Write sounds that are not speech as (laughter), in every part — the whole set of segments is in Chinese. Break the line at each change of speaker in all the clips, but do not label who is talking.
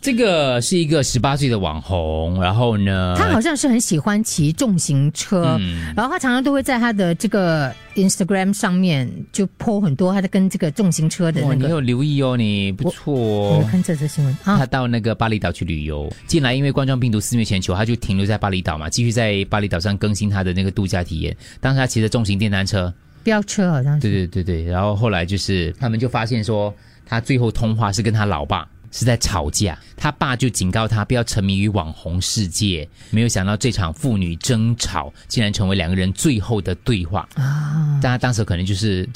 这个是一个十八岁的网红，然后呢，
他好像嗯是很喜欢骑重型车，
嗯
然后他常常都会在他的这个 Instagram 上面就 po 很多他的跟这个重型车的
哇，
那
你
个。
有留意哦，你不错
我
哦
们。看这则新闻啊
他，到那个巴厘岛去旅游，进来因为冠状病毒肆虐全球，他就停留在巴厘岛嘛，继续在巴厘岛上更新他的那个度假体验。当时他骑着重型电单车，
飙车好像是
对对对对，然后后来就是他们就发现说，他最后通话是跟他老爸是在吵架，他爸就警告他不要沉迷于网红世界。没有想到这场父女争吵竟然成为两个人最后的对话，
啊，
但他当时可能就是，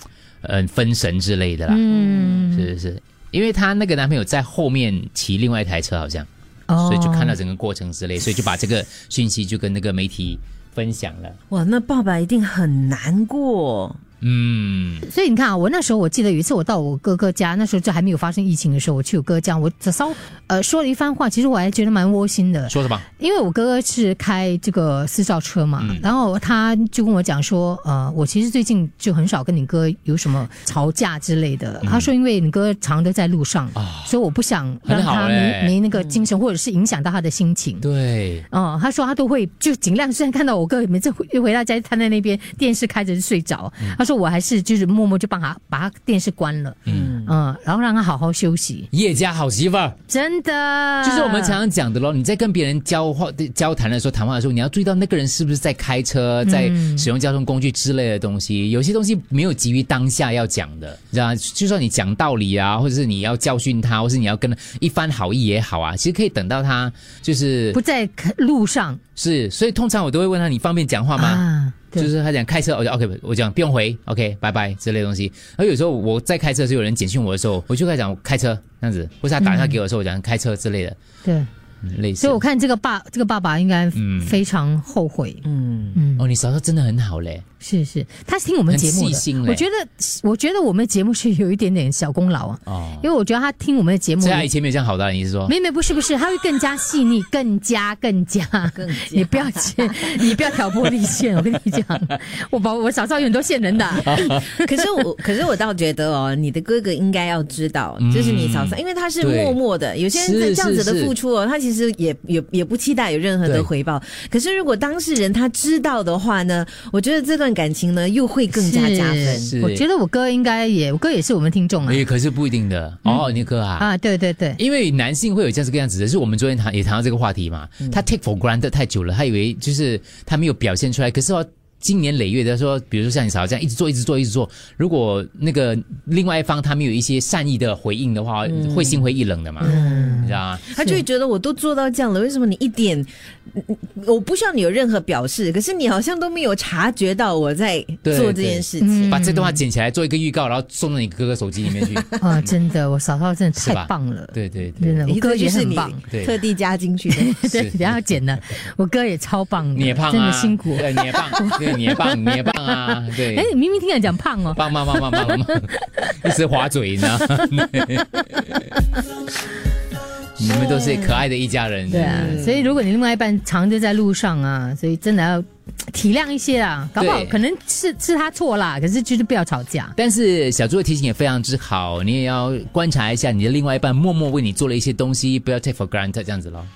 嗯、分神之类的啦，
嗯，
是是是。因为她那个男朋友在后面骑另外一台车，好像，
哦
所以就看到整个过程之类，所以就把这个讯息就跟那个媒体分享了。
哇，那爸爸一定很难过。
嗯，
所以你看啊，我那时候我记得有一次我到我哥哥家，那时候就还没有发生疫情的时候，我去我哥哥家，我稍呃说了一番话，其实我还觉得蛮窝心的，
说什么？
因为我哥哥是开这个私照车嘛，
嗯
然后他就跟我讲说，呃，我其实最近就很少跟你哥有什么吵架之类的。他说，因为你哥常都在路上，
嗯啊
所以我不想
很
让
好哎嗯
他
嘞
没没那个精神，或者是影响到他的心情。
对，
哦，他说他都会就尽量，虽然看到我哥每次回回到家瘫在那边，电视开着就睡着。
嗯
他说我还是就是默默就帮他把他电视关了，嗯然后让他好好休息。
叶家好媳妇儿。
真的，
就是我们常常讲的咯，你在跟别人交话、交谈的时候、谈话的时候，你要注意到那个人是不是在开车、在使用交通工具之类的东西。有些东西没有急于当下要讲的，你知道吗？就算你讲道理啊，或者是你要教训他，或是你要跟他一番好意也好啊，其实可以等到他就是
不在路上
是。所以通常我都会问他：“你方便讲话吗？”
啊，对
就是他讲开车，我就 OK，我讲不用回，OK，拜拜之类的东西。然后有时候我在开车的时候，有人简讯我的时候，我就跟他讲我开车这样子，或是他打电话给我的时候，我讲开车之类的，
对。
嗯类似。
所以我看这个爸，这个爸爸应该
嗯
非常后悔。
嗯，
嗯，
哦，你嫂嫂真的很好嘞，
是是，他是听我们节目
很细心
的，
嘞
我觉得，我觉得我们节目是有一点点小功劳啊，
哦，
因为我觉得他听我们的节目
所以，他以前没有这样好的啊，你是说？
嗯没没不是不是，他会更加
(laughs)
细腻，更加更加。
更加
你不要去，你不要挑拨离间。我跟你讲，
(laughs)
我把我嫂嫂有很多线人的，
(laughs)
啊
可是我，可是我倒觉得哦，你的哥哥应该要知道，就是你嫂嫂，因为他是默默的。有些人在
是
这样子
是
的
是
付出哦，他其实也也也不期待有任何
对
的回报。可是如果当事人他知道的话呢，我觉得这段感情呢又会更加加分。
是
我觉得我哥应该也，我哥也是我们听众啊
哎，可是不一定的哦，你哥啊。
啊，对对对，
因为男性会有这样子个样子的，是我们昨天谈也谈到这个话题嘛。他 take for granted 太久了，他以为就是他没有表现出来，可是哦，经年累月的说，比如说像你嫂嫂这样一直做，一直做，一直做，如果那个另外一方他没有一些善意的回应的话，会心灰意冷的嘛，你知道吗？
他就会觉得我都做到这样了，为什么你一点，嗯嗯我不需要你有任何表示，可是你好像都没有察觉到我在
对
做这
对嗯
件事情。
把这段话剪起来做一个预告，然后送到你哥哥手机里面去。
啊，真的，我嫂嫂真的
是吧
太棒了，
对对对，
真的，我哥
这
也
就是
很
你
棒。
对
特地加进去的。
(laughs) 对，
是
然后
(laughs)
剪的，我哥也超棒的，
你也胖啊，
真的辛苦。
对，你
(laughs)
也棒，对，你也棒，你也棒啊，对。嗯
哎，你明明听人讲胖哦，
棒棒棒棒棒棒棒， (laughs) 一直划嘴呢。你们都是可爱的一家人。
对啊，所以如果你另外一半常就在路上啊，所以真的要体谅一些啊，搞不好
对
可能是是他错啦，可是就是不要吵架。
但是小猪的提醒也非常之好，你也要观察一下你的另外一半默默为你做了一些东西，不要 take for granted 这样子咯。